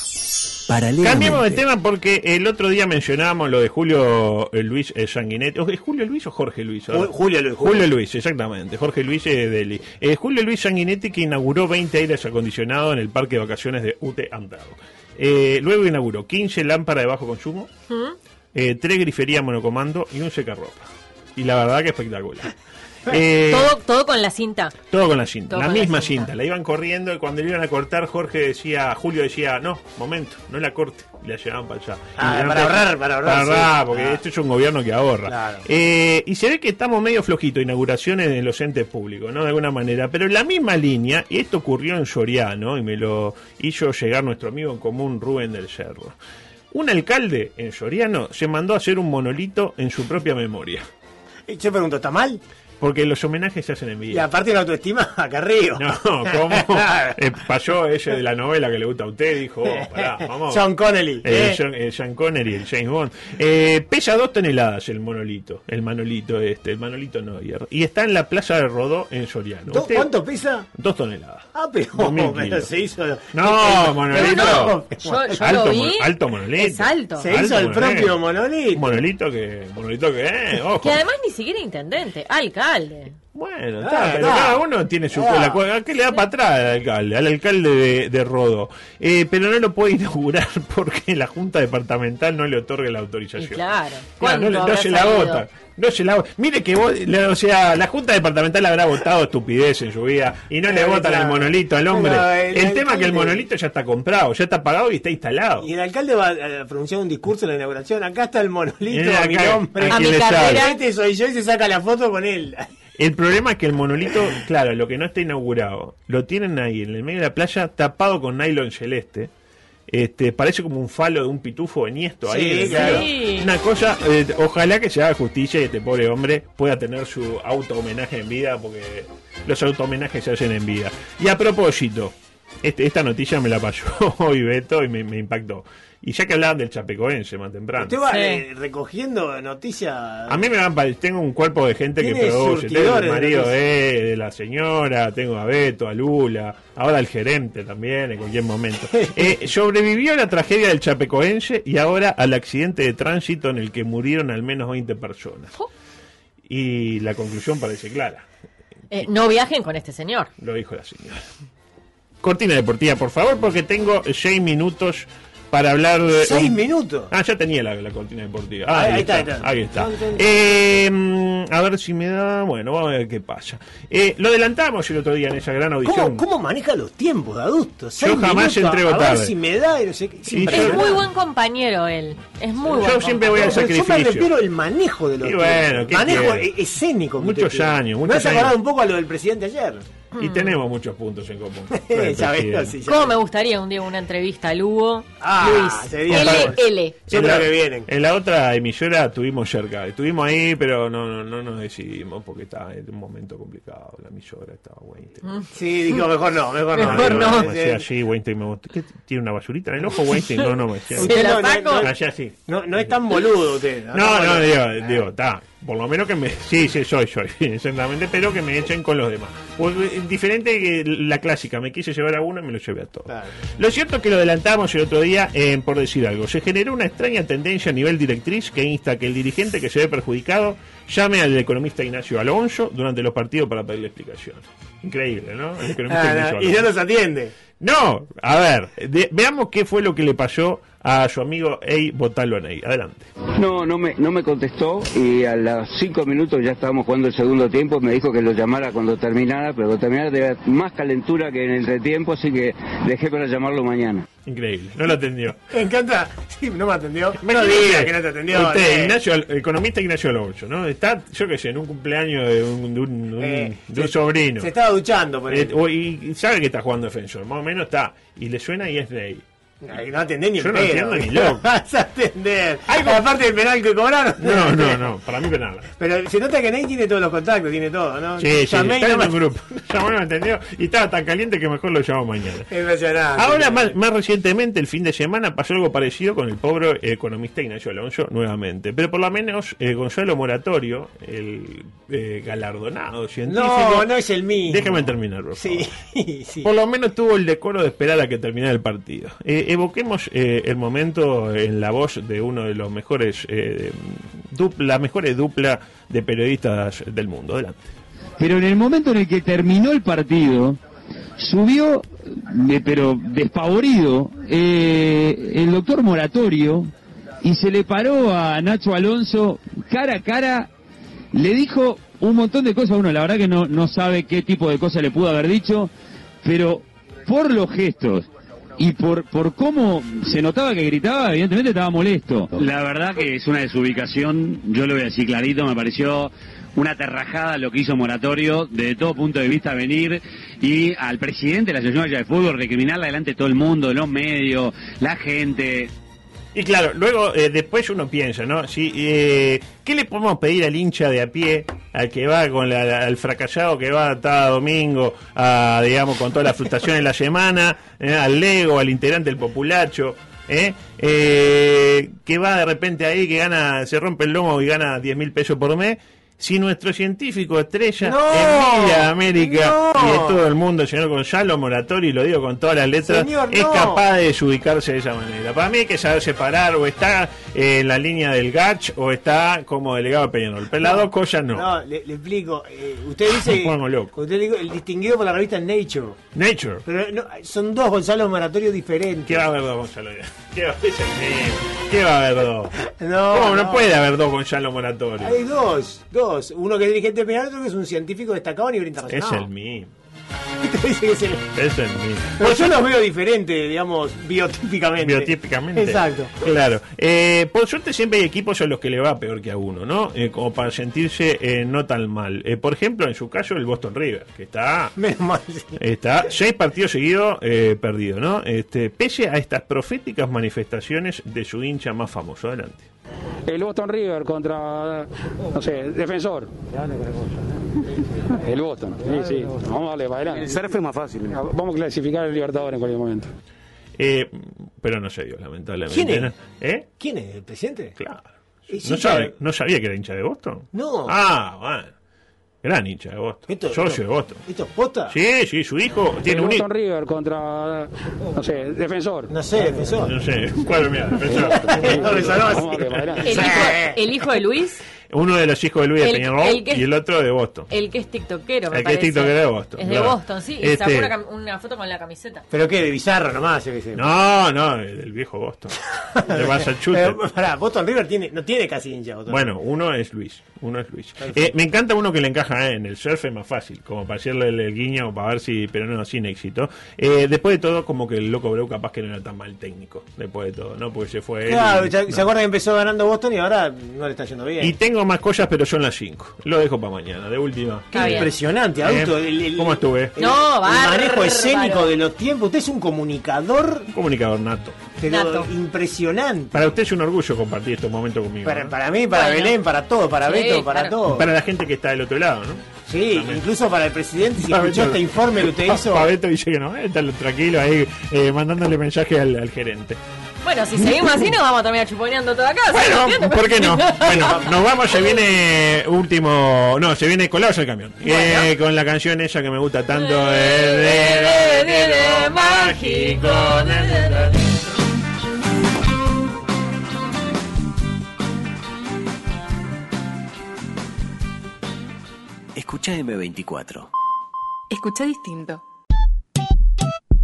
A: Paralelamente.
H: Cambiemos de tema porque el otro día mencionábamos lo de Julio eh, Luis eh, Sanguinetti. ¿O ¿Es Julio Luis o Jorge Luis? ahora?
I: Ju- Julio Luis, Julio.
H: Julio Luis, exactamente. Jorge Luis eh, Deli. Eh, Julio Luis Sanguinetti que inauguró 20 aires acondicionados en el parque de vacaciones de UTE Amtado. Eh, luego inauguró 15 lámparas de bajo consumo, eh, 3 griferías monocomando y un secarropa. Y la verdad que espectacular. Eh,
F: Todo, todo con la cinta.
H: todo con la cinta,
F: Todo
H: la
F: con la
H: misma
F: cinta.
H: cinta. La iban corriendo y cuando le iban a cortar, Jorge decía, Julio decía, no, momento, no la corte. Y la llevaban para allá. Y
I: Ah,
H: la llevaban
I: para ahorrar, para ahorrar, sí.
H: porque
I: Ah.
H: esto es un gobierno que ahorra.
I: Claro.
H: Eh, y se ve que estamos medio flojitos, inauguraciones en los entes públicos, ¿no? De alguna manera. Pero en la misma línea, y esto ocurrió en Soriano, y me lo hizo llegar nuestro amigo en común, Rubén del Cerro. Un alcalde en Soriano se mandó a hacer un monolito en su propia memoria.
I: Y eh, yo pregunto, ¿está mal?
H: Porque los homenajes se hacen en vida.
I: Y aparte la autoestima, <laughs> acá río.
H: No,
I: <laughs>
H: ¿cómo? Eh, pasó ese de la novela que le gusta a usted, dijo,
I: <laughs>
H: oh, pará, vamos.
I: Sean Connelly.
H: Eh,
I: ¿eh?
H: John, eh, Sean Connery, el James Bond. Eh, pesa dos toneladas el monolito, el manolito este, el manolito Neuer. Y está en la plaza de Rodó, en Soriano.
I: ¿Tú-
H: Usted-
I: ¿Cuánto pesa?
H: Dos toneladas.
I: Ah, pero,
H: Dos mil
I: <laughs> pero
H: kilos.
I: se hizo.
H: No, monolito.
I: <laughs> No,
F: Yo, yo
H: alto, mon-
F: lo vi.
H: alto monolito.
F: Es alto.
I: Se hizo el
H: monolito.
I: propio monolito.
H: Monolito que, monolito que, eh, ojo.
F: Que además ni siquiera intendente, alcalde.
H: Bueno, está,
I: Ah,
H: pero
I: está.
H: cada uno tiene su
I: Ah.
H: cola. ¿A qué le da para atrás al alcalde? Al alcalde de, de Rodo. Eh, pero no lo puede inaugurar <laughs> porque la Junta Departamental no le otorga la autorización.
F: Y claro,
H: Claro, no, le-
F: ¿cuánto
H: no se la
F: habrá salido?
H: agota. No se la agota. Mire que vos, le- o sea, la Junta Departamental habrá votado estupidez en su vida y no le
I: Claro,
H: votan
I: claro.
H: al monolito al hombre.
I: Pero el
H: el tema es que
I: alcalde-
H: el monolito ya está comprado, ya está pagado y está instalado.
I: Y el alcalde va eh, a a pronunciar un discurso en la inauguración. Acá está el monolito,
H: Mira
I: a mi
H: acá,
I: nombre.
H: ¿a quién
F: A mi
H: le sale?
F: cartera.
I: Este soy yo y se saca la foto con él.
H: El problema es que
I: <clears throat>
H: el monolito, claro, lo que no está inaugurado, lo tienen ahí en el medio de la playa tapado con nylon celeste. Este, parece como un falo de un pitufo enhiesto ahí.
I: Sí,
H: en el
I: claro.
H: medio. Una cosa, eh, ojalá que se haga justicia y este pobre hombre pueda tener su auto homenaje en vida, porque los auto homenajes se hacen en vida. Y a propósito, este- esta noticia me la pasó <laughs> hoy Beto y me, me impactó. Y ya que hablaban del Chapecoense más temprano.
I: Usted va
F: Sí.
I: eh, recogiendo noticias.
H: A mí me van pa- tengo un cuerpo de gente que
I: Tiene
H: produce, tengo el
I: surtidores de
H: marido
I: noticias.
H: de, de la señora, tengo a Beto, a Lula, ahora al gerente también en
I: <laughs>
H: cualquier momento. Eh, sobrevivió a la tragedia del Chapecoense y ahora al accidente de tránsito en el que murieron al menos 20 personas.
I: Oh.
H: Y la conclusión parece clara,
F: Eh, no viajen con este señor.
H: lo dijo la señora. Cortina deportiva, por favor, porque tengo seis minutos para hablar de...
I: Seis
H: un-
I: minutos.
H: Ah, ya tenía la, la cortina deportiva.
I: Ah,
H: Ah, ahí,
I: ahí
H: está,
I: está, ahí está.
H: Ahí está.
I: Tan, tan, tan.
H: Eh, mm, a ver si me da. Bueno, vamos a ver qué pasa. Eh, lo adelantamos el otro día en esa gran
I: ¿Cómo,
H: audición.
I: cómo maneja los tiempos de adulto? Seis
H: jamás
I: minutos,
H: entrego
I: a ver
H: tarde.
I: si me da y no sé qué.
H: Sí,
F: Es
H: yo-
I: impresionante.
F: muy buen compañero él. Es muy buen
H: Yo siempre voy al
I: Pero Yo me
H: sacrificio.
I: refiero el manejo de los
H: Y
I: tiempos.
H: bueno, ¿qué
I: manejo
H: quiere?
I: e- escénico. que
H: Muchos
I: usted tiene.
H: años,
I: Me
H: muchos
I: has acordado
H: años.
I: un poco a lo del presidente ayer.
H: Y tenemos muchos puntos
I: <laughs>
H: en común.
I: ya ves,
H: Presidente.
I: no, sí, ya
F: ¿Cómo
I: ves.
F: me gustaría un día una entrevista a Lugo?
I: Ah, sería
F: Luis,
I: maravilloso.
F: LL.
I: Yo
H: En
I: creo
H: la-
I: que vienen.
H: En la otra emisora estuvimos cerca, estuvimos ahí, pero no, no, no nos decidimos porque estaba en un momento complicado. La emisora estaba Weinstein.
I: Sí, digo, mejor no, mejor no.
F: Mejor no.
H: Me Ah, decía, sí, Weinstein me gustó. ¿Qué, ¿Tiene una basurita en el ojo, Weinstein? No, no, me decía.
I: Usted
F: la
I: no- no-
F: saco.
I: no-
H: Allá sí.
I: No, no es tan boludo usted.
H: No,
I: tan
H: no, Ah.
I: boludo.
H: digo, digo, está. Por lo menos que me. Sí, sí, soy, soy, <laughs> exactamente, pero que me echen con los demás. O, eh, Diferente que la clásica, me quise llevar a uno y me lo llevé a todos.
I: Claro.
H: Lo cierto es que lo adelantamos el otro día, eh, por decir algo. Se generó una extraña tendencia a nivel directriz que insta a que el dirigente que se ve perjudicado llame al economista Ignacio Alonso durante los partidos para pedirle explicaciones. Increíble, ¿no? El economista
I: Ah,
H: Ignacio
I: no, y no
H: Alonso.
I: los atiende.
H: No, a ver, de- veamos qué fue lo que le pasó a su amigo Ey Botaloney. Adelante.
D: No, no me, no me contestó y a los cinco minutos ya estábamos jugando el segundo tiempo. Me dijo que lo llamara cuando terminara, pero cuando terminara tenía más calentura que en el entretiempo, así que dejé para llamarlo mañana.
H: Increíble, no lo atendió.
I: Me encanta. Sí, no me atendió. No
H: Imagínate,
I: diga que no te atendió.
H: usted,
I: eh.
H: Ignacio, el economista Ignacio Alonso, ¿no? Está, yo qué sé, en un cumpleaños de un, de un- un-
I: Eh,
H: de un sobrino.
I: Se estaba duchando, por
H: Eh,
I: ejemplo.
H: o- y sabe que está jugando defensor, más o menos está. Y le suena y es Ney.
I: Ay, No atendés ni
H: Yo
I: en
H: no
I: pedo.
H: entiendo ni loco.
I: <laughs> Vas a atender. Aparte del penal que cobraron.
H: No, no, no, Este, para mí penal.
I: Pero se nota que Ney tiene todos los contactos, tiene todo, ¿no?
H: Sí, sí,
I: Llamé y
H: está
I: no
H: en
I: me-
H: un grupo. <laughs> Llamó, no entendió. Y estaba tan caliente que mejor lo llamo mañana.
I: Impresionante.
H: Ahora, más, más recientemente, el fin de semana, pasó algo parecido con el pobre eh, economista Ignacio Alonso nuevamente. Pero por lo menos eh, Gonzalo Moratorio, el eh, galardonado científico.
I: No, no es el mismo.
H: Déjame terminar, por favor.
I: Sí, <laughs> sí.
H: Por lo menos tuvo el decoro de esperar a que terminara el partido. Eh, evoquemos eh, el momento en la voz de uno de los mejores, eh, dupla- las mejores dupla de periodistas del mundo. Adelante.
D: Pero en el momento en el que terminó el partido, subió, de- pero despavorido, eh, el doctor Moratorio y se le paró a Nacho Alonso cara a cara, le dijo un montón de cosas, uno la verdad que no, no sabe qué tipo de cosas le pudo haber dicho, pero por los gestos y por, por cómo se notaba que gritaba, evidentemente estaba molesto. La verdad que es una desubicación, yo lo voy a decir clarito, me pareció una terrajada lo que hizo Moratorio, desde todo punto de vista venir y al presidente de la Asociación Uruguaya de Fútbol recriminarla delante de todo el mundo, de los medios, la gente.
H: Y claro, luego eh, después uno piensa, ¿no? Si, eh, ¿Qué le podemos pedir al hincha de a pie, al que va con la- al fracasado que va cada domingo, a, digamos, con toda la frustración en la semana, eh, al Lego, al integrante del populacho, ¿eh? Eh, que va de repente ahí, que gana, se rompe el lomo y gana 10 mil pesos por mes? Si nuestro científico estrella
I: No,
H: en Villa América
I: no.
H: y de todo el mundo, el señor Gonzalo Moratori, lo digo con todas las letras,
I: Señor,
H: es
I: no.
H: capaz de desubicarse de esa manera. Para mí hay que saber separar o está eh, en la línea del gach o está como delegado de Peñarol. Pero las dos cosas no.
I: No, le, le explico. Eh, usted dice.
H: <laughs> Me pongo loco.
I: Usted dijo el distinguido por la revista Nature.
H: Nature.
I: Pero no, son dos Gonzalo Moratorio diferentes.
H: ¿Qué va a haber dos Gonzalo? ¿Qué va, es el mismo. ¿Qué va a haber dos?
I: No,
H: ¿Cómo no,
I: no.
H: puede haber dos Gonzalo Moratori?
I: Hay dos, dos. Uno que es dirigente de penal, otro que es un científico destacado a nivel
H: Es
I: <laughs> internacional.
H: el mismo.
I: Usted dice que es el-
H: Es el mismo.
I: Pues yo los veo diferentes, digamos, biotípicamente.
H: Biotípicamente.
I: Exacto.
H: Claro. Eh, por suerte siempre hay equipos a los que le va peor que a uno, ¿no? Eh, como para sentirse eh, no tan mal. Eh, por ejemplo, en su caso, el Boston River, que está
I: Menos mal. sí.
H: Está seis partidos seguidos eh, perdido, ¿no? Este, pese a estas proféticas manifestaciones de su hincha más famoso. Adelante.
B: El Boston River contra, no sé, defensor. El Boston, sí, sí. Vamos a darle para adelante. El surf es más fácil. Vamos a clasificar el Libertadores en cualquier momento.
H: Eh, pero no se dio, lamentablemente.
I: ¿Quién es?
H: ¿Eh?
I: ¿Quién es? ¿El presidente?
H: Claro.
I: Y sí,
H: ¿No, sabe-
I: claro.
H: ¿No sabía que era hincha de Boston?
I: No.
H: Ah, bueno. Gran hincha de Boston.
I: Esto-
H: Socio
I: esto-
H: de Boston.
I: ¿Esto es posta?
H: Sí, sí, su hijo tiene
B: el
H: un hijo.
B: Boston River contra, no sé, defensor.
I: No sé, defensor.
H: No sé,
I: <laughs>
H: cuadro mirá, pensá.
I: No me sonó así.
B: Vamos a darle para adelante.
F: El hijo, el hijo de Luis,
H: Uno de los hijos de Luis de
F: El-
H: Peñarol
F: el que-
H: y el otro de Boston.
F: el que es tiktokero, me
H: El que es
F: parece.
H: tiktokero de Boston,
F: Es de
H: claro.
F: Boston, sí. Y
H: Este-
F: sacó una, cam- una foto con la camiseta.
I: Pero qué, de bizarro nomás. Yo qué sé.
H: No, no, del viejo
I: <laughs>
H: Boston. De Massachusetts.
I: Eh, pará, Boston River tiene, no tiene casi hincha. Boston.
H: Bueno, uno es Luis. Uno es Luis. Eh, me encanta uno que le encaja eh, en el surf, es más fácil, como para hacerle el, el guiño, para ver si, pero no, sin éxito. Eh, después de todo, como que el loco Breu capaz que no era tan mal técnico, después de todo, ¿no? Porque se fue... él
I: Claro,
H: y-
I: ¿se-
H: eh, no.
I: ¿se acuerda que empezó ganando Boston y ahora no le está yendo bien?
H: Y tengo más cosas, pero son las 5. Lo dejo para mañana, de última.
I: Qué
F: Está bien.
I: impresionante, adulto.
H: Eh,
I: el- el-
H: ¿Cómo estuve?
I: el-
F: No,
I: el
F: bárbaro.
I: manejo escénico de los tiempos. Usted es un comunicador,
H: Un comunicador nato.
I: pero
F: Nato.
I: impresionante.
H: Para usted es un orgullo compartir estos momentos conmigo.
I: Para,
H: ¿no?
I: para mí, para
F: Bueno.
I: Belén, para todo, para
F: Sí,
I: Beto, para
F: claro.
I: todo.
H: Para la gente que está del otro lado, ¿no?
I: Sí,
H: También.
I: incluso para el presidente, si
H: Para
I: escuchó
H: Beto.
I: este informe que
H: <laughs>
I: usted hizo.
H: Pabeto dice que no, eh, está tranquilo ahí eh, mandándole mensaje al- al gerente.
F: Bueno, si seguimos así nos vamos a terminar chuponeando toda casa.
H: Bueno,
F: ¿entiendes?
H: ¿por qué
F: <laughs>
H: no? Bueno, nos vamos, se viene último. No, se viene colados el camión. Eh, con la canción esa que me gusta tanto. eh, de- de- de- de- mágico. de- de- de-
A: Escucha M24.
K: Escucha distinto.